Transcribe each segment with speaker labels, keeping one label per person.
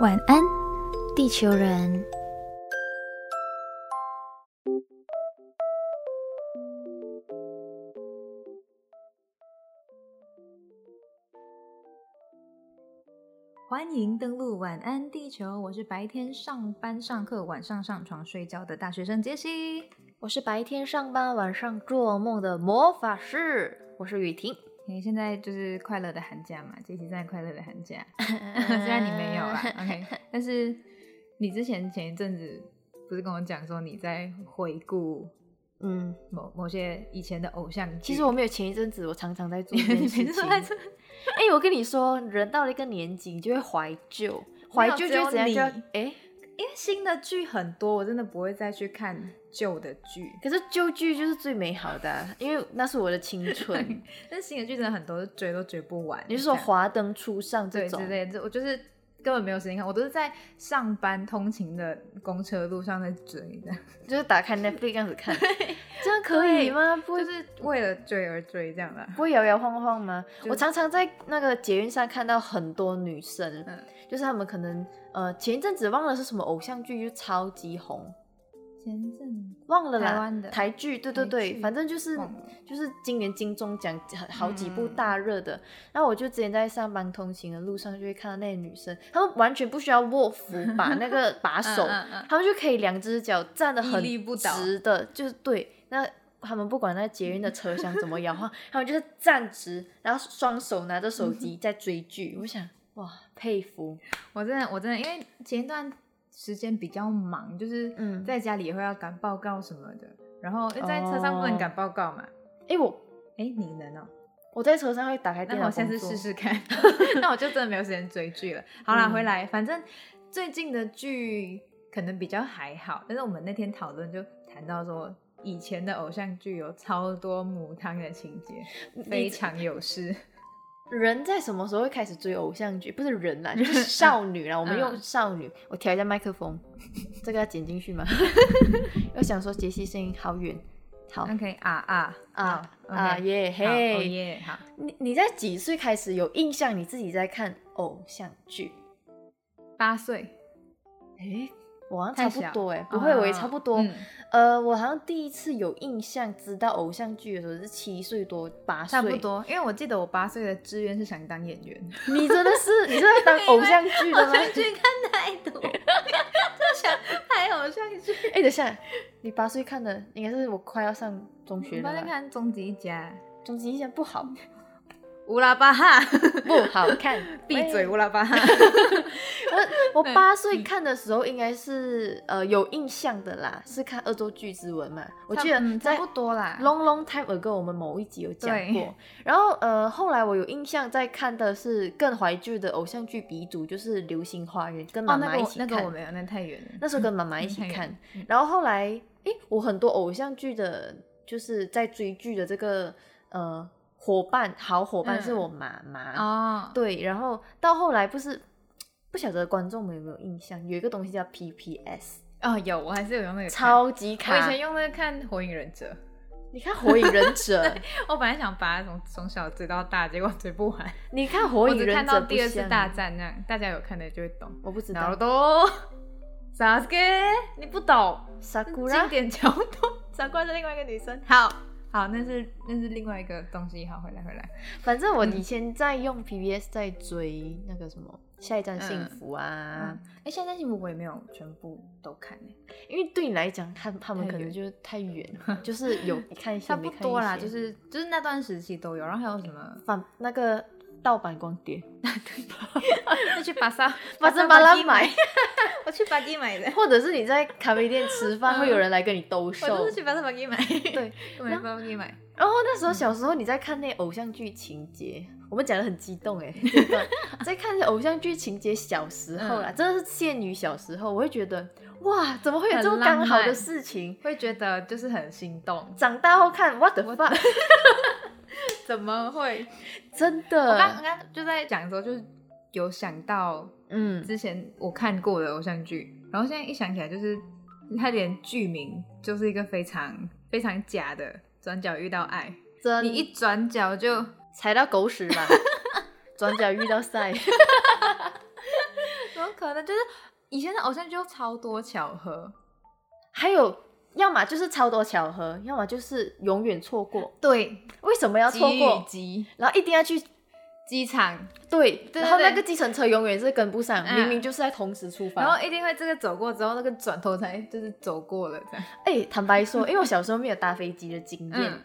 Speaker 1: 晚安，地球人。欢迎登录晚安地球，我是白天上班上课，晚上上床睡觉的大学生杰西。
Speaker 2: 我是白天上班，晚上做梦的魔法师，我是雨婷。
Speaker 1: 你现在就是快乐的寒假嘛，杰西在快乐的寒 假，
Speaker 2: 嗯
Speaker 1: 虽然你没有啦，OK，但是你之前前一阵子不是跟我讲说你在回顾
Speaker 2: 嗯，
Speaker 1: 某某些以前的偶像剧？
Speaker 2: 其实我没有前一阵子，我常常在 做
Speaker 1: 你
Speaker 2: 这件
Speaker 1: 每
Speaker 2: 事
Speaker 1: 次
Speaker 2: 情。
Speaker 1: 都在这
Speaker 2: 哎、我跟你说，人到了一个年纪，你就会怀旧，怀旧
Speaker 1: 只
Speaker 2: 就
Speaker 1: 有
Speaker 2: 是怎样就要
Speaker 1: 你
Speaker 2: 哎、
Speaker 1: 因为新的剧很多，我真的不会再去看旧的剧。
Speaker 2: 可是旧剧就是最美好的啊、因为那是我的 青春。
Speaker 1: 但新的剧真的很多，都追都追不完。
Speaker 2: 你是说《
Speaker 1: 这样
Speaker 2: 华灯初上》这
Speaker 1: 对
Speaker 2: 种
Speaker 1: 之？类的？我就是根本没有时间看，我都是在上班通勤的公车路上在追的，
Speaker 2: 就是打开 Netflix 这样子看， 这样可以吗？不会
Speaker 1: 就是为了追而追这样啦。
Speaker 2: 不会摇摇晃晃吗？
Speaker 1: 就
Speaker 2: 我常常在那个捷运上看到很多女生，
Speaker 1: 嗯
Speaker 2: 就是她们可能呃前一阵子忘了是什么偶像剧，就超级红，
Speaker 1: 前阵
Speaker 2: 忘了啦，
Speaker 1: 台湾的
Speaker 2: 台剧，对对
Speaker 1: 台
Speaker 2: 对，
Speaker 1: 剧
Speaker 2: 反正就是
Speaker 1: 忘了
Speaker 2: 就是今年金钟奖好好几部
Speaker 1: 嗯
Speaker 2: 大热的。然后我就之前在上班通勤的路上就会看到那些女生，她们完全不需要握扶把 那个把手，
Speaker 1: 嗯嗯嗯
Speaker 2: 她们就可以两只脚站得很
Speaker 1: 屹立不倒
Speaker 2: 直的，就是对那。她们不管那捷运的车厢怎么 摇晃，她们就是站直，然后双手拿着手
Speaker 1: 嗯
Speaker 2: 机在追剧。我想，哇，佩服！
Speaker 1: 我真的我真的因为前一段时间比较忙，就是
Speaker 2: 嗯
Speaker 1: 在家里也会要赶报告什么的，然后在车上不能赶报告嘛。
Speaker 2: 哎，我
Speaker 1: 哎、你能哦、
Speaker 2: 我在车上会打开电
Speaker 1: 那
Speaker 2: 脑
Speaker 1: 我下次
Speaker 2: 工作
Speaker 1: 试试看。 那我就真的没有时间追剧了。好啦，
Speaker 2: 嗯
Speaker 1: 回来，反正最近的剧可能比较还好，但是我们那天讨论就谈到说，以前的偶像剧有超多母汤的情节，非常有事。
Speaker 2: 人在什么时候会开始追偶像剧？不是人 啦，就是少女啦。我们
Speaker 1: 嗯
Speaker 2: 用少女，我调一下麦克风，这个要剪进去吗？ 要想说杰西声音好远，好
Speaker 1: OK 啊啊
Speaker 2: 啊
Speaker 1: 好
Speaker 2: 啊
Speaker 1: OK，
Speaker 2: 耶
Speaker 1: 好哦
Speaker 2: 嘿！
Speaker 1: 耶，好。
Speaker 2: 你你在几岁开始有印象你自己在看偶像剧？
Speaker 1: 八岁，
Speaker 2: 诶，我好
Speaker 1: 太
Speaker 2: 像
Speaker 1: 小
Speaker 2: 差不多诶，不会，我也差不多。
Speaker 1: 嗯
Speaker 2: 呃，我好像第一次有印象知道偶像剧的时候是七岁多八岁，
Speaker 1: 差不。多。因为我记得我八岁的志愿是想当演员，
Speaker 2: 你真的是你是在 当偶像剧的吗？
Speaker 1: 剧看太多， 就想拍偶像剧。
Speaker 2: 哎、等一下，你八岁看的应该是我快要上中
Speaker 1: 我
Speaker 2: 学了
Speaker 1: 在
Speaker 2: 吧？
Speaker 1: 看《嗯终极一家》，
Speaker 2: 终极一家不好，
Speaker 1: 乌拉巴哈，，
Speaker 2: 不好看
Speaker 1: 闭嘴，
Speaker 2: 喂！
Speaker 1: 乌拉 巴哈。
Speaker 2: 我
Speaker 1: 嗯
Speaker 2: 我八岁看的时候应该是呃有印象的啦，是看《恶作剧之吻》嘛。我记
Speaker 1: 嗯
Speaker 2: 得
Speaker 1: 差
Speaker 2: 在
Speaker 1: 不多啦。
Speaker 2: long long time ago 我们某一集有讲
Speaker 1: 对
Speaker 2: 过。然后呃后来我有印象在看的是更怀旧的偶像剧鼻祖，就是《流星花园》，跟妈
Speaker 1: 哦，那
Speaker 2: 妈
Speaker 1: 个
Speaker 2: 一
Speaker 1: 我
Speaker 2: 起
Speaker 1: 那
Speaker 2: 看。
Speaker 1: 个我没有，那太远了。
Speaker 2: 那时候跟妈妈一
Speaker 1: 嗯
Speaker 2: 起
Speaker 1: 太
Speaker 2: 看
Speaker 1: 远嗯，
Speaker 2: 然后后来，诶，我很多偶像剧的，就是在追剧的这个呃伙伴，好伙伴
Speaker 1: 嗯
Speaker 2: 是我妈妈，
Speaker 1: 哦，
Speaker 2: 对，然后到后来不是不晓得观众们有没有印象，有一个东西叫 PPS，
Speaker 1: 哦，有，我还是有用那个看。
Speaker 2: 超级
Speaker 1: 我以
Speaker 2: 卡
Speaker 1: 前，用那个看《火影忍者
Speaker 2: 你看火影忍 者，》，
Speaker 1: 我本来想把它从从小追到大，结果追不完。
Speaker 2: 你看火
Speaker 1: 我
Speaker 2: 影
Speaker 1: 只
Speaker 2: 忍
Speaker 1: 看
Speaker 2: 者
Speaker 1: 到
Speaker 2: 不
Speaker 1: 第二次
Speaker 2: 像
Speaker 1: 大，战那样，大家有看的就会懂。
Speaker 2: 我不知
Speaker 1: 哪
Speaker 2: 道，
Speaker 1: 都啥 a 你不懂，嗯经
Speaker 2: Sakura
Speaker 1: 典桥段。傻瓜是另外一个女生。好，好，那是那是另外一个东西。好，回来回来。
Speaker 2: 反正我
Speaker 1: 嗯
Speaker 2: 以前在用 PPS 在追那个什么下一站幸
Speaker 1: 嗯
Speaker 2: 福啊
Speaker 1: 嗯，，哎，现在幸福我也没有全部都看欸诶，
Speaker 2: 因为对你来讲，他他们
Speaker 1: 太
Speaker 2: 可能
Speaker 1: 远
Speaker 2: 就是太远， 了，就是有看一些
Speaker 1: 差
Speaker 2: 没
Speaker 1: 不
Speaker 2: 看一
Speaker 1: 多啦，
Speaker 2: 些
Speaker 1: 就是就是那段时期都有。然后还有什么？
Speaker 2: 反那个盗版光碟，
Speaker 1: 那 去巴萨
Speaker 2: 巴塞巴拉
Speaker 1: 基
Speaker 2: 买，
Speaker 1: 我去巴基买的，
Speaker 2: 或者是你在咖啡店吃饭，
Speaker 1: 嗯
Speaker 2: 会有人来跟你兜
Speaker 1: 我
Speaker 2: 售
Speaker 1: 就是。去巴萨巴 基买。
Speaker 2: 对，
Speaker 1: 我去巴萨巴基买。
Speaker 2: 然后那
Speaker 1: 嗯
Speaker 2: 时候小时候你在看那偶像剧情节，我们讲的很激动哎，这段在看偶像剧情节，小时候啦，
Speaker 1: 嗯
Speaker 2: 真的是限于小时候，我会觉得哇，怎么会有这么
Speaker 1: 很浪
Speaker 2: 刚好的
Speaker 1: 漫
Speaker 2: 事情？
Speaker 1: 会觉得就是很心动，
Speaker 2: 长大后看 what the fuck，
Speaker 1: 怎么 会？
Speaker 2: 真
Speaker 1: 我刚
Speaker 2: 的，
Speaker 1: 刚就在讲的时候，就是有想到
Speaker 2: 嗯，
Speaker 1: 之前我看过的偶像剧，然后现在一想起来，就是它连剧名就是一个非常非常假的转角遇到爱，
Speaker 2: 真
Speaker 1: 你一转角 就
Speaker 2: 踩到狗屎吧，转角遇到赛。
Speaker 1: 怎么可能？就是以前的偶像剧就超多巧合，
Speaker 2: 还有，要么就是超多巧合，要么就是永远错过。
Speaker 1: 对，
Speaker 2: 为什么要错过？
Speaker 1: 机
Speaker 2: 然后一定要去
Speaker 1: 机场，
Speaker 2: 对，
Speaker 1: 对
Speaker 2: 然后
Speaker 1: 对
Speaker 2: 那个计程车永远是跟不上，
Speaker 1: 嗯
Speaker 2: 明明就是在同时出发。
Speaker 1: 然后一定会这个走过之后，那个转头才就是走过了这样。
Speaker 2: 哎、坦白说，因为我小时候没有搭飞机的经验，
Speaker 1: 嗯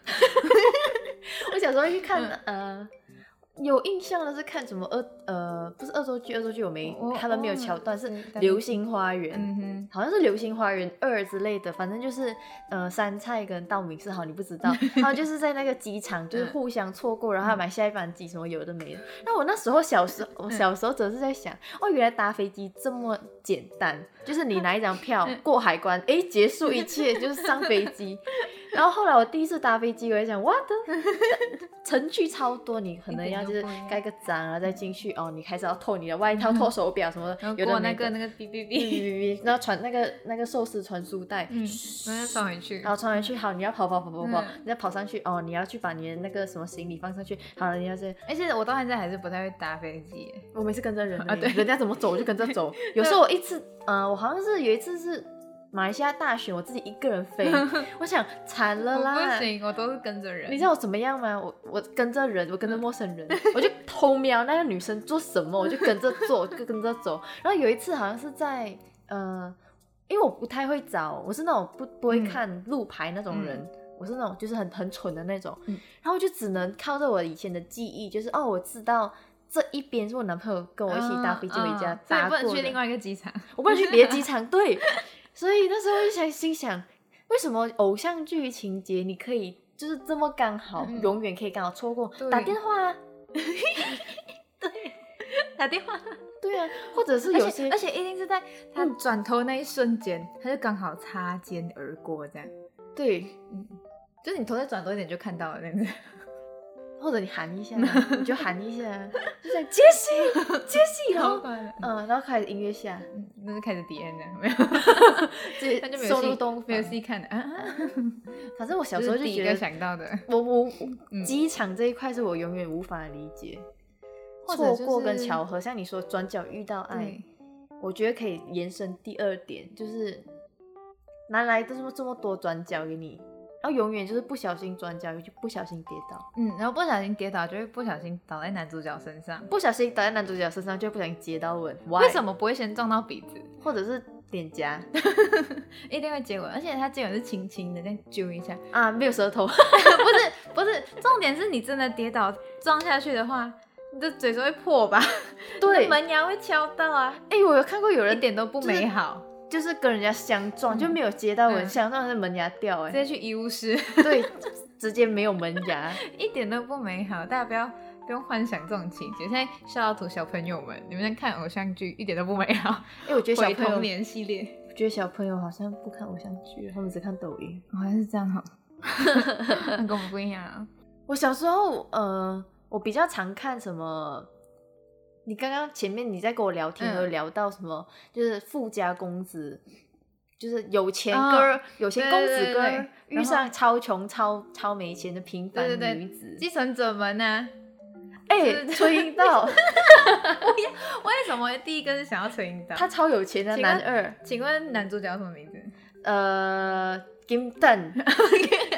Speaker 2: 我小时候去看、呃。有印象的是看什么恶呃不是恶作剧，恶作剧我没
Speaker 1: 我
Speaker 2: 看到没有
Speaker 1: 忘了
Speaker 2: 桥段是
Speaker 1: 嗯
Speaker 2: 《流星花园》
Speaker 1: 嗯哼，
Speaker 2: 好像是《流星花园二》之类的，反正就是呃，山菜跟道明寺好，你不知 道，他们就是在那个机场
Speaker 1: 嗯
Speaker 2: 就是互相错过，然后买下一班机什么有的没的。那我那时候 小时候，
Speaker 1: 嗯
Speaker 2: 我小时候则是在想，哦，原来搭飞机这么简单，就是你拿一张票
Speaker 1: 嗯
Speaker 2: 过海关，诶，结束一切，就是上飞 机。然后后来我第一次搭飞机，我在想，哇的，程序超多，你可能要就
Speaker 1: 一点
Speaker 2: 是
Speaker 1: 都不一样
Speaker 2: 盖个章，然后再进去哦，你开始要脱你的外套、脱手表什么
Speaker 1: 然
Speaker 2: 的，
Speaker 1: 后
Speaker 2: 有
Speaker 1: 过
Speaker 2: 的
Speaker 1: 那
Speaker 2: 没
Speaker 1: 个
Speaker 2: 的
Speaker 1: 那。个哔哔
Speaker 2: 哔
Speaker 1: 哔，
Speaker 2: 哔哔哔，然后传那个那个寿司传输带，
Speaker 1: 嗯，然后再放回去
Speaker 2: 然。后传回去，好，你要跑跑跑跑跑，
Speaker 1: 嗯
Speaker 2: 你再跑上去，哦，你要去把你的那个什么行李放上去，好了，你要是，
Speaker 1: 而哎且我到现在还是不太会搭飞机耶，
Speaker 2: 我每次跟着人
Speaker 1: 啊
Speaker 2: 啊，
Speaker 1: 对
Speaker 2: 对，人家怎么走我就跟着 走，有时候我一次，呃，我好像是有一次是马来西亚大选，我自己一个人 飞，我想惨
Speaker 1: 我
Speaker 2: 了啦
Speaker 1: 不。行，我都是跟着人。
Speaker 2: 你知道我怎么样吗？我我跟着人，我跟着陌生 人，我就偷瞄那个女生做什么，我就跟着做， 就跟着走。然后有一次好像是在呃，因为我不太会找，我是那种不不会
Speaker 1: 嗯
Speaker 2: 看路牌那种人，
Speaker 1: 嗯
Speaker 2: 我是那种就是很很蠢的那种，
Speaker 1: 嗯
Speaker 2: 然后就只能靠着我以前的记忆，就是哦，我知道。这一边是我男朋友跟我一起搭飞机回家
Speaker 1: 嗯嗯所以
Speaker 2: 搭
Speaker 1: 你
Speaker 2: 过
Speaker 1: 不
Speaker 2: 的，
Speaker 1: 能去另外一个机场。
Speaker 2: 我不能去别的机场， 对。所以那时候我就想心想，为什么偶像剧情节你可以就是这么刚好，
Speaker 1: 嗯
Speaker 2: 永远可以刚好错过
Speaker 1: 对
Speaker 2: 打电话啊，
Speaker 1: 打电话，
Speaker 2: 对啊，或者是
Speaker 1: 而
Speaker 2: 有
Speaker 1: 且
Speaker 2: 些
Speaker 1: 而且一定是在他
Speaker 2: 嗯
Speaker 1: 转头那一瞬间，他就刚好擦肩而过，这样，
Speaker 2: 对，
Speaker 1: 就是你头再转多一点就看到了那样子。
Speaker 2: 或者你喊一下啊，你就喊一下啊，就 像杰西杰西，然后
Speaker 1: 关了，
Speaker 2: 嗯、然后开始音 乐下，
Speaker 1: 嗯那就开始敌人了， 没有，
Speaker 2: 这
Speaker 1: 他就没有
Speaker 2: 收入
Speaker 1: 戏
Speaker 2: 东
Speaker 1: 没有
Speaker 2: 房
Speaker 1: 戏看的啊啊。啊
Speaker 2: 反正我小
Speaker 1: 这
Speaker 2: 时候
Speaker 1: 是
Speaker 2: 就
Speaker 1: 第一
Speaker 2: 觉
Speaker 1: 个
Speaker 2: 得，
Speaker 1: 想到的，
Speaker 2: 我我
Speaker 1: 嗯
Speaker 2: 机场这一块是我永远无法理解，
Speaker 1: 或者
Speaker 2: 错
Speaker 1: 就
Speaker 2: 过跟
Speaker 1: 是
Speaker 2: 巧合，像你说转角遇到爱。
Speaker 1: 对，
Speaker 2: 我觉得可以延伸第二点，就是拿来这么这么多转角给你，然后永远就是不小心转角，就不小心跌倒，
Speaker 1: 嗯，然后不小心跌倒就会不小心倒在男主角身上，
Speaker 2: 不小心倒在男主角身上，就不小心接到吻，
Speaker 1: 为什
Speaker 2: 么？
Speaker 1: 么不会先撞到鼻子？
Speaker 2: 或者是脸颊
Speaker 1: 一定会接吻，而且他接吻是轻轻的，这样揪一下。
Speaker 2: 啊，没有舌 头，
Speaker 1: 不是不是，重点是你真的跌倒撞下去的话，你的嘴是会破吧？
Speaker 2: 对
Speaker 1: 你的 门牙会敲到啊，
Speaker 2: 哎、我有看过有
Speaker 1: 一
Speaker 2: 人
Speaker 1: 点都不美好，
Speaker 2: 啊就是跟人家相撞，就没有接到吻，
Speaker 1: 嗯
Speaker 2: 相撞是门牙掉、
Speaker 1: 直
Speaker 2: 哎，
Speaker 1: 接去医务室，
Speaker 2: 对，直接没有门牙，
Speaker 1: 一点都不美好。大家不要不用幻想这种情节。现在笑到图小朋友们，你们在看偶像剧一点都不美 好，
Speaker 2: 哎、我觉得小
Speaker 1: 回童
Speaker 2: 朋友，
Speaker 1: 年系列，
Speaker 2: 我觉得小朋友好像不看偶像剧，他们只看抖音。
Speaker 1: 我还是这样好， 跟我们不一样 啊。
Speaker 2: 我小时候，呃，我比较常看什么？你刚刚前面你在跟我聊天，
Speaker 1: 嗯
Speaker 2: 有聊到什么？就是富家公子，就是有钱
Speaker 1: 哦
Speaker 2: 哥儿、有钱公
Speaker 1: 对对
Speaker 2: 子
Speaker 1: 对
Speaker 2: 哥儿
Speaker 1: 对
Speaker 2: 遇上超穷、超超没钱的平凡
Speaker 1: 对对
Speaker 2: 女
Speaker 1: 对
Speaker 2: 子。
Speaker 1: 继承者们啊呢、
Speaker 2: 哎、
Speaker 1: 对对对
Speaker 2: 崔英道，
Speaker 1: 为什么第一个是想要崔英道？
Speaker 2: 他超有钱的
Speaker 1: 请问
Speaker 2: 男二，
Speaker 1: 请问男主角什么名字？
Speaker 2: 呃，金蛋，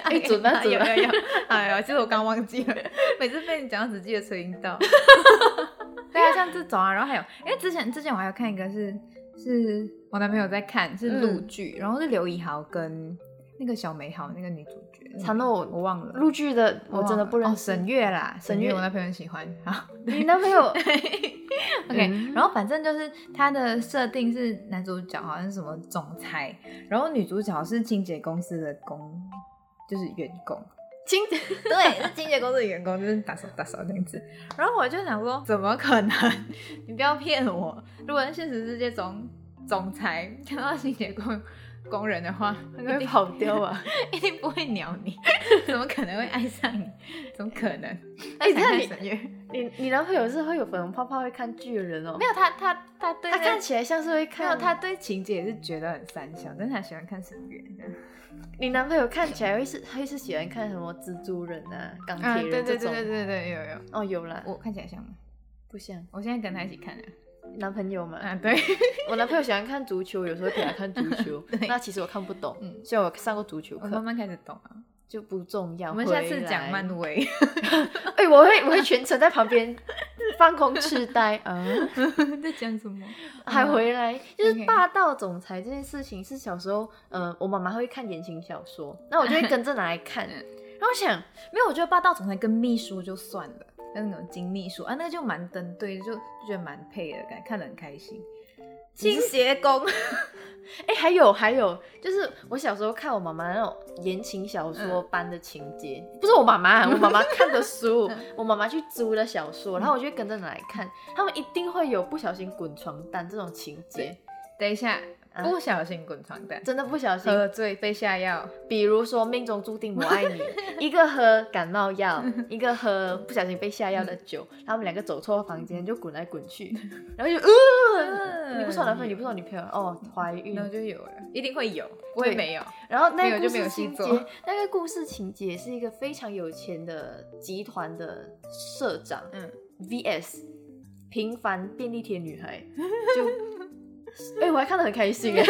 Speaker 2: 哎准吧准吧
Speaker 1: 有有 有，哎呀，其实我刚忘记 了，每次被你讲只记得崔英道。对啊，像这种啊，然后还有，因为之前之前我还有看一个是是我男朋友在看，是陆剧，
Speaker 2: 嗯
Speaker 1: 然后是刘以豪跟那个小美好那个女主角，
Speaker 2: 长得我
Speaker 1: 我忘了，
Speaker 2: 陆 剧的我真的不认
Speaker 1: 哦
Speaker 2: 识。
Speaker 1: 沈月啦，
Speaker 2: 沈
Speaker 1: 沈月
Speaker 2: 月
Speaker 1: 我男朋友很喜欢。 好
Speaker 2: 你男 朋友
Speaker 1: OK，、
Speaker 2: 嗯
Speaker 1: 然后反正就是它的设定是男主角好像是什么总裁，然后女主角是清洁公司的工，就是员工。
Speaker 2: 亲，
Speaker 1: 对，是清洁公司的员工，就是打扫打扫那样子。然后我就想说，怎么可能？ 你不要骗我！如果在现实世界中，总裁看到清洁工工人的话，他
Speaker 2: 你
Speaker 1: 就
Speaker 2: 会跑掉 啊？
Speaker 1: 一定不会鸟你， 怎么可能会爱上你？怎么可能？
Speaker 2: 哎
Speaker 1: 那想
Speaker 2: 那
Speaker 1: 看
Speaker 2: 你
Speaker 1: 沈月
Speaker 2: 你你男朋友是会有粉红泡泡，会看剧的人哦。
Speaker 1: 没有他，他他对
Speaker 2: 他
Speaker 1: 那
Speaker 2: 看起来像是会
Speaker 1: 没
Speaker 2: 看，
Speaker 1: 有他对情节也是觉得很三小，但是他喜欢看沈月这样。
Speaker 2: 你男朋友看起来会是会是喜欢看什么蜘蛛人啊、钢铁
Speaker 1: 嗯对
Speaker 2: 人
Speaker 1: 对
Speaker 2: 这
Speaker 1: 对
Speaker 2: 种。
Speaker 1: 对对对，有有。
Speaker 2: 哦，有啦，
Speaker 1: 我看起来像吗？
Speaker 2: 不像。
Speaker 1: 我现在跟他一起看的、
Speaker 2: 你男朋友嘛，
Speaker 1: 啊，对，
Speaker 2: 我男朋友喜欢看足球，有时候陪他看足球
Speaker 1: 对。
Speaker 2: 那其实我看不懂，
Speaker 1: 嗯
Speaker 2: 虽然我上过足球
Speaker 1: 我慢
Speaker 2: 课，
Speaker 1: 慢开始懂 啊。
Speaker 2: 就不重要。
Speaker 1: 我们下次讲
Speaker 2: 慢。
Speaker 1: 漫威，
Speaker 2: 哎、我会我会全程在旁边放空痴呆 啊，
Speaker 1: 在讲什么？
Speaker 2: 还回来就是
Speaker 1: 嗯 OK。
Speaker 2: 霸道总裁这件事情是小时候，呃，我妈妈会看言情小说，那我就会跟着拿来看
Speaker 1: 嗯
Speaker 2: 然后我想，
Speaker 1: 没有，我觉得霸道总裁跟秘书就算了，那种金秘书啊，那个就蛮登对的，就就觉得蛮配的，感看得很开心。清洁工，
Speaker 2: 哎、还有还有，就是我小时候看我妈妈那种言情小
Speaker 1: 嗯
Speaker 2: 说般的情节，不是我妈妈，啊我妈妈看的书
Speaker 1: 嗯，
Speaker 2: 我妈妈去租的小说，然后我就会跟着拿来看，他们一定会有不小心滚床单这种情节，
Speaker 1: 等一下，
Speaker 2: 啊
Speaker 1: 不小心滚床单，
Speaker 2: 真的不小心
Speaker 1: 喝醉被下药，
Speaker 2: 比如说命中注定我爱 你，一个喝感冒药，一个喝不小心被下药的酒，他们两个走错房间就滚来 滚去，然后就呃，你不是我男朋友，你不是我女朋友，哦，怀孕
Speaker 1: 然。后嗯就嗯有了，一定会有，不会
Speaker 2: 对
Speaker 1: 没有。
Speaker 2: 然后
Speaker 1: 没
Speaker 2: 那
Speaker 1: 有
Speaker 2: 个故
Speaker 1: 就没有
Speaker 2: 事情
Speaker 1: 戏做
Speaker 2: 节，那个故事情节是一个非常有钱的集团的社长，
Speaker 1: 嗯
Speaker 2: vs 平凡便利贴女孩， 就，哎、我还看得很开心哎，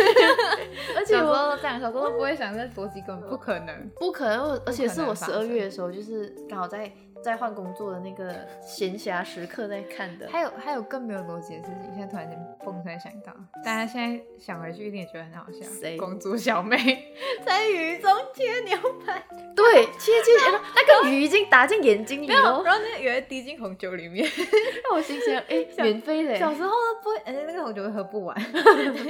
Speaker 2: 而且
Speaker 1: 小时
Speaker 2: 我
Speaker 1: 候这样，小时候都不会想这逻辑根本不可能。
Speaker 2: 不可能，我而且是我
Speaker 1: 发
Speaker 2: 十
Speaker 1: 生
Speaker 2: 二月的时候，就是刚好在在换工作的那个闲暇时刻在看的。
Speaker 1: 还有还有更没有逻辑的事情，现在突然间蹦出来想到，大家现在想回去一定也觉得很好笑。
Speaker 2: 谁
Speaker 1: 公主小妹 在雨中切牛排，
Speaker 2: 对，切切切，那个鱼已经打进眼睛里
Speaker 1: 没有，
Speaker 2: 了，
Speaker 1: 然后那个鱼滴进红酒里面。
Speaker 2: 让我心想，哎，
Speaker 1: 小
Speaker 2: 免费的
Speaker 1: 小
Speaker 2: 欸，
Speaker 1: 时候都不会，而且那个红酒会喝不 完，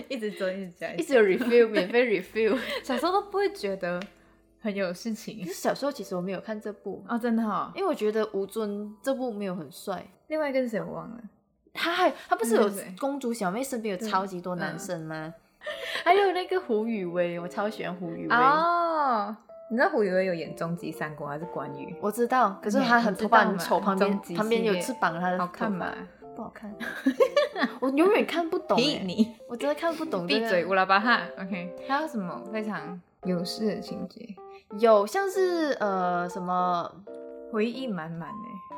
Speaker 1: 一直喝一直加。
Speaker 2: 一直有 refill，免费 refill。
Speaker 1: 小时候都不会觉得很有事情
Speaker 2: 可是小时候其实我没有看这部，
Speaker 1: 哦，真的哦。
Speaker 2: 因为我觉得吴尊这部没有很帅。
Speaker 1: 另外一个是谁我忘了，
Speaker 2: 他还他不是有
Speaker 1: 嗯对
Speaker 2: 公主小妹身边有
Speaker 1: 对嗯
Speaker 2: 超级多男生吗？还有那个胡宇威，我超喜欢胡宇威。
Speaker 1: 哦，你知道胡宇威有演《终极三国》还是《关羽》？
Speaker 2: 我知道，可是
Speaker 1: 你
Speaker 2: 他很
Speaker 1: 你知
Speaker 2: 头发
Speaker 1: 道
Speaker 2: 很
Speaker 1: 吗
Speaker 2: 丑，旁边
Speaker 1: 终极
Speaker 2: 旁边
Speaker 1: 系
Speaker 2: 有
Speaker 1: 列
Speaker 2: 翅膀，他的
Speaker 1: 好看
Speaker 2: 头发
Speaker 1: 吗？
Speaker 2: 不好看， 我永远看 不懂欸、
Speaker 1: 屁你
Speaker 2: 我真的看不懂、这
Speaker 1: 闭
Speaker 2: 个
Speaker 1: 嘴乌拉巴哈。OK，还有什么非常有事的情节？
Speaker 2: 有像是呃什么？
Speaker 1: 回忆满满呢。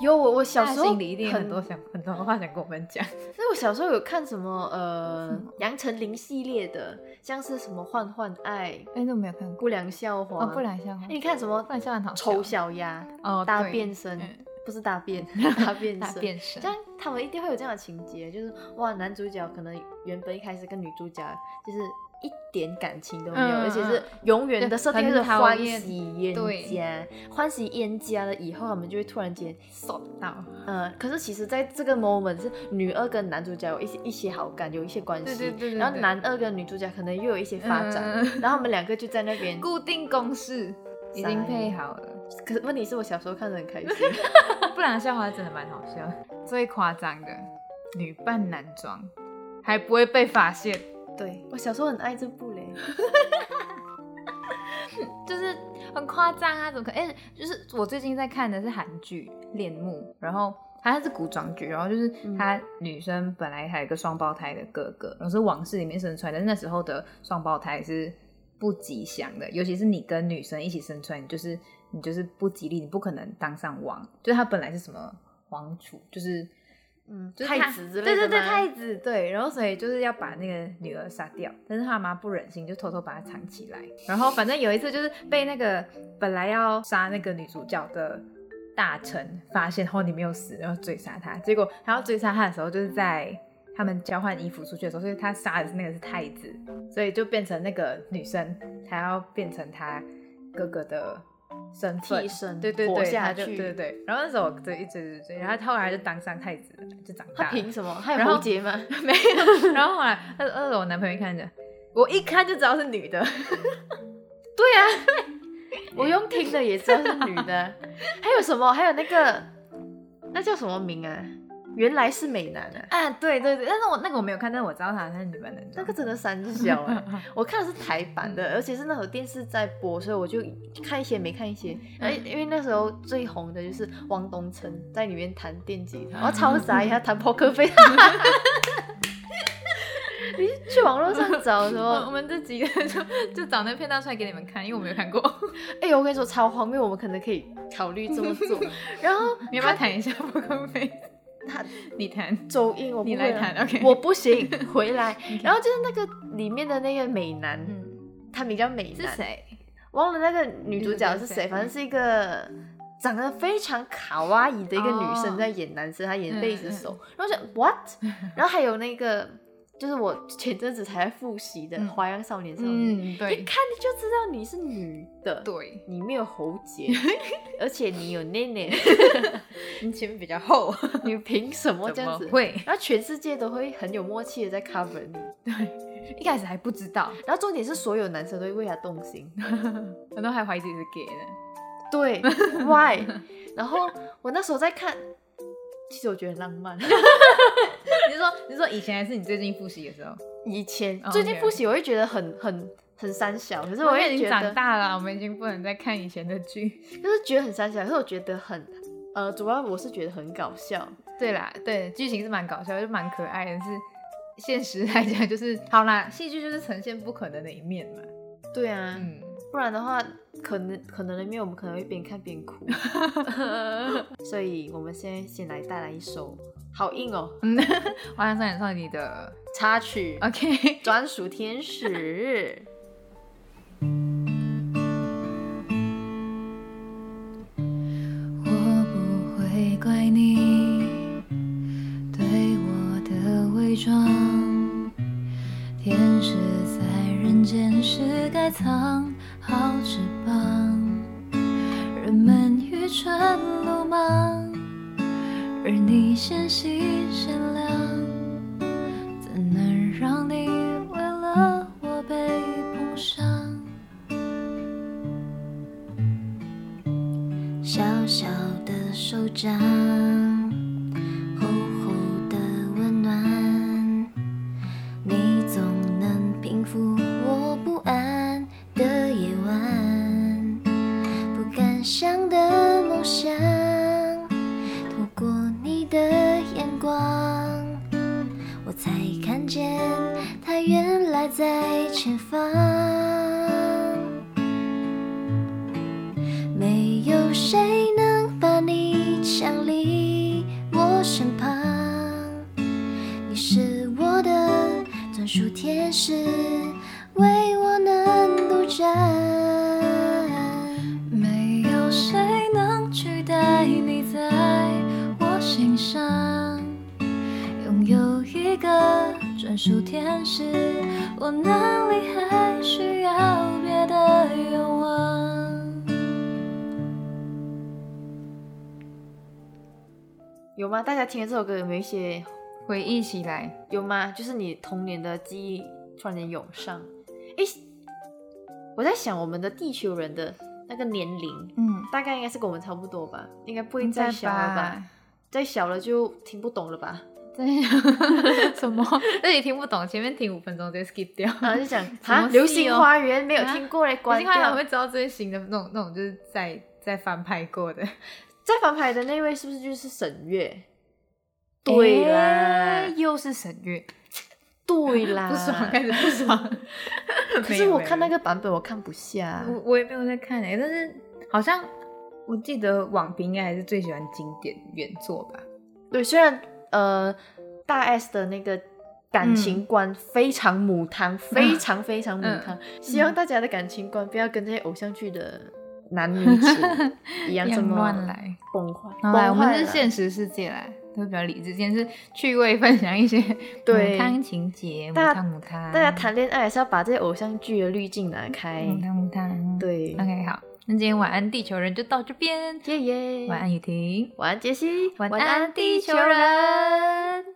Speaker 2: 有我我小时
Speaker 1: 大家
Speaker 2: 候
Speaker 1: 心里一定有很多，想很多话想跟我们讲。
Speaker 2: 所以我小时候有看什么呃杨丞琳系列的，像是什么换换爱、
Speaker 1: 哎，那我没有看过。
Speaker 2: 不良校花。
Speaker 1: 哦，不然笑话
Speaker 2: 哎，，你看什么
Speaker 1: 不然笑话很好笑
Speaker 2: 丑小鸭、
Speaker 1: 哦，
Speaker 2: 大
Speaker 1: 对
Speaker 2: 变身
Speaker 1: 嗯，
Speaker 2: 不是大 便，大变
Speaker 1: 大
Speaker 2: 身。
Speaker 1: 变身
Speaker 2: 这。样他们一定会有这样的情节，就是哇，男主角可能原本一开始跟女主角就是一点感情都没有，
Speaker 1: 嗯
Speaker 2: 而且是永远的设定
Speaker 1: 很
Speaker 2: 是
Speaker 1: 讨
Speaker 2: 欢
Speaker 1: 厌
Speaker 2: 喜冤家，欢喜冤家了以后，他们就会突然间，
Speaker 1: 受到，
Speaker 2: 呃，可是其实在这个 moment 是女二跟男主角有一些一些好感，有一些关系，
Speaker 1: 对对对对
Speaker 2: 然后
Speaker 1: 对
Speaker 2: 男二跟女主角可能又有一些发展，
Speaker 1: 嗯
Speaker 2: 然后他们两个就在那边，
Speaker 1: 固定公式已经配好了，
Speaker 2: 可是问题是我小时候看得很开心，
Speaker 1: 不然笑话真的蛮好笑。最夸张的女扮男装，还不会被发现，
Speaker 2: 对我小时候很爱这部嘞，
Speaker 1: 就是很夸张啊！怎么可？哎、就是我最近在看的是韩剧《恋慕》，然后。它是古装剧，然后就是
Speaker 2: 嗯
Speaker 1: 她女生本来还有一个双胞胎的哥哥，然后是往事里面生出来的。那时候的双胞胎是不吉祥的，尤其是你跟女生一起生出来，你就是你就是不吉利，你不可能当上王。就是他本来是什么王储，就是
Speaker 2: 嗯，
Speaker 1: 就是
Speaker 2: 太
Speaker 1: 他
Speaker 2: 子之类的
Speaker 1: 对对对，
Speaker 2: 吗
Speaker 1: 太子对，然后所以就是要把那个女儿杀掉，但是他妈不忍心，就偷偷把她藏起来。然后反正有一次就是被那个本来要杀那个女主角的大臣发现，哦，你没有死，然后追杀她。结果他要追杀她的时候，就是在他们交换衣服出去的时候，所以他杀的是那个是太子，所以就变成那个女生，她要变成她哥哥的身份
Speaker 2: 替身
Speaker 1: 对对
Speaker 2: 活
Speaker 1: 对，
Speaker 2: 下
Speaker 1: 她就
Speaker 2: 去
Speaker 1: 对对对。然后那时候我追一直追追，然后她后来就当上太子了，就长大
Speaker 2: 他
Speaker 1: 了。
Speaker 2: 凭什么？他有
Speaker 1: 然后
Speaker 2: 喉结吗？
Speaker 1: 没有。然后后来，那那时候我男朋友一看着，我一看就知道是女 的，
Speaker 2: 对啊，我用听的也知道是女的。 还有什么？还有那个，那叫什么名啊？原来是美男啊，
Speaker 1: 啊，对对对。但是我那个我没有看，但是我知道她她是女扮男
Speaker 2: 那
Speaker 1: 装。
Speaker 2: 个真的三小 哎、我看的是台版的，而且是那时候电视在播，所以我就看一些没看一些。而
Speaker 1: 嗯
Speaker 2: 因为那时候最红的就是汪东城在里面弹电吉 他，我超傻眼，他弹扑克飞。你去网络上找什么
Speaker 1: 我我？ 们这集就就找那片段出来给你们看，因为我没有 看过。
Speaker 2: 哎、呦，我跟你说 超荒谬，我们可能可以考虑这么做。然后
Speaker 1: 你要不要谈一下不公平？
Speaker 2: 他
Speaker 1: 你弹，
Speaker 2: 走音我不
Speaker 1: 你
Speaker 2: 会
Speaker 1: 来
Speaker 2: 啊，
Speaker 1: 弹，OK。
Speaker 2: 我不行，回来
Speaker 1: 你。看
Speaker 2: 然后就是那个里面的那个美男，
Speaker 1: 嗯，
Speaker 2: 他名叫美
Speaker 1: 是
Speaker 2: 男，
Speaker 1: 谁？
Speaker 2: 忘了那个女主角是
Speaker 1: 女主角
Speaker 2: 谁，
Speaker 1: 是嗯
Speaker 2: 反正是一个长得非常卡哇伊的一个女
Speaker 1: 哦
Speaker 2: 生在演男生，她演贝
Speaker 1: 嗯
Speaker 2: 斯
Speaker 1: 嗯
Speaker 2: 手，然后我想 what，然后还有那个就是我前阵子才在复习的
Speaker 1: 嗯
Speaker 2: 《花样少年少女》，
Speaker 1: 嗯，
Speaker 2: 一
Speaker 1: 对
Speaker 2: 看你就知道你是女的，
Speaker 1: 对，
Speaker 2: 你没有喉 结，而且你有内内，
Speaker 1: 你前面比较厚，
Speaker 2: 你凭什么这
Speaker 1: 怎
Speaker 2: 样
Speaker 1: 么
Speaker 2: 子？
Speaker 1: 会？
Speaker 2: 然后全世界都会很有默契的在 cover 你，
Speaker 1: 对，一开始还不知 道，
Speaker 2: 然后重点是所有男生都会为他动心，
Speaker 1: 很多还怀疑自己是 gay 呢。
Speaker 2: 对，why？然后我那时候在看，其实我觉得很浪 漫。
Speaker 1: 你是说，你是说以前还是你最近复习的时候？
Speaker 2: 以前
Speaker 1: 哦
Speaker 2: 最近
Speaker 1: OK
Speaker 2: 复习，我会觉得很很很三小，可是
Speaker 1: 我
Speaker 2: 我
Speaker 1: 们
Speaker 2: 也
Speaker 1: 已
Speaker 2: 觉
Speaker 1: 经长
Speaker 2: 得，
Speaker 1: 大了，我们已经不能再看以前的剧。
Speaker 2: 就是觉得很三小，可是我觉得很，呃，主要我是觉得很搞笑。
Speaker 1: 对啦，对，剧情是蛮搞笑，就蛮可爱的，是现实来讲 就是好啦，戏剧就是呈现不可能的一面嘛。
Speaker 2: 对啊，
Speaker 1: 嗯，
Speaker 2: 不然的话，可能可能里面我们可能会边看边 哭，所以我们现在先来带来一首好硬哦，
Speaker 1: 嗯 花样少年少女的
Speaker 2: 插曲
Speaker 1: OK，
Speaker 2: 专属天使。
Speaker 3: 我不会怪你对我的伪装，天使在人间是该藏好翅膀。人们愚蠢鲁莽，而你纤细善良，怎能让你为了我被碰伤？小小的手掌，厚厚的温暖，你总能平复我不安的夜晚，不敢想的梦想，透过你的眼光，我才看见它原来在前方。没有谁能把你抢离我身旁，你是我的专属天使，为我能独占。没有谁能取代你在我心上，拥有一个专属天使，我哪里还需要别的愿望？
Speaker 2: 有吗？大家听了这首歌有没有一些
Speaker 1: 回忆起来，
Speaker 2: 有吗？就是你童年的记忆突然间涌上。诶，我在想我们的地球人的那个年龄，
Speaker 1: 嗯，
Speaker 2: 大概应该是跟我们差不多吧，应该不会再小了吧？再小了就听不懂 了吧？
Speaker 1: 在 什么？这里听不懂，前面听五分钟直接 skip 掉。
Speaker 2: 然后就讲
Speaker 1: 什么
Speaker 2: 啊，
Speaker 1: 戏哦
Speaker 2: 流星花园没有
Speaker 1: 啊
Speaker 2: 听过嘞，
Speaker 1: 我
Speaker 2: 关
Speaker 1: 听完
Speaker 2: 掉
Speaker 1: 我。会知道最新的那种那种就是在在翻拍过的。
Speaker 2: 在反派的那位是不是就是沈月？对
Speaker 1: 诶
Speaker 2: 啦，
Speaker 1: 哎又是啊沈月，
Speaker 2: 对 啦，
Speaker 1: 不爽，开始不 爽。
Speaker 2: 可
Speaker 1: 没
Speaker 2: 是
Speaker 1: 有
Speaker 2: 我
Speaker 1: 没有
Speaker 2: 看那个版本，我看不下。啊
Speaker 1: 我我也没有在看哎、但是好像我记得网评应该还是最喜欢经典原作吧。
Speaker 2: 对，虽然呃大 S 的那个感情
Speaker 1: 嗯
Speaker 2: 观非常母汤，非常非常母汤，希望大家的感情观不要跟这些偶像剧的 男女主一样这么
Speaker 1: 乱来
Speaker 2: 崩坏。
Speaker 1: 好啦，我
Speaker 2: 崩坏
Speaker 1: 们是
Speaker 2: 了
Speaker 1: 现实世界啦，都比较理智，今天是趣味分享一些
Speaker 2: 对
Speaker 1: 母汤情节，母
Speaker 2: 大家
Speaker 1: 汤母汤，
Speaker 2: 大家谈恋爱还是要把这些偶像剧的滤镜拿开。
Speaker 1: 母汤母汤。
Speaker 2: 对，
Speaker 1: ，OK，好，那今天晚安地球人就到这边，
Speaker 2: 耶耶，
Speaker 1: 晚安雨婷，
Speaker 2: 晚安杰西，
Speaker 1: 晚安地球
Speaker 2: 人。
Speaker 1: 人。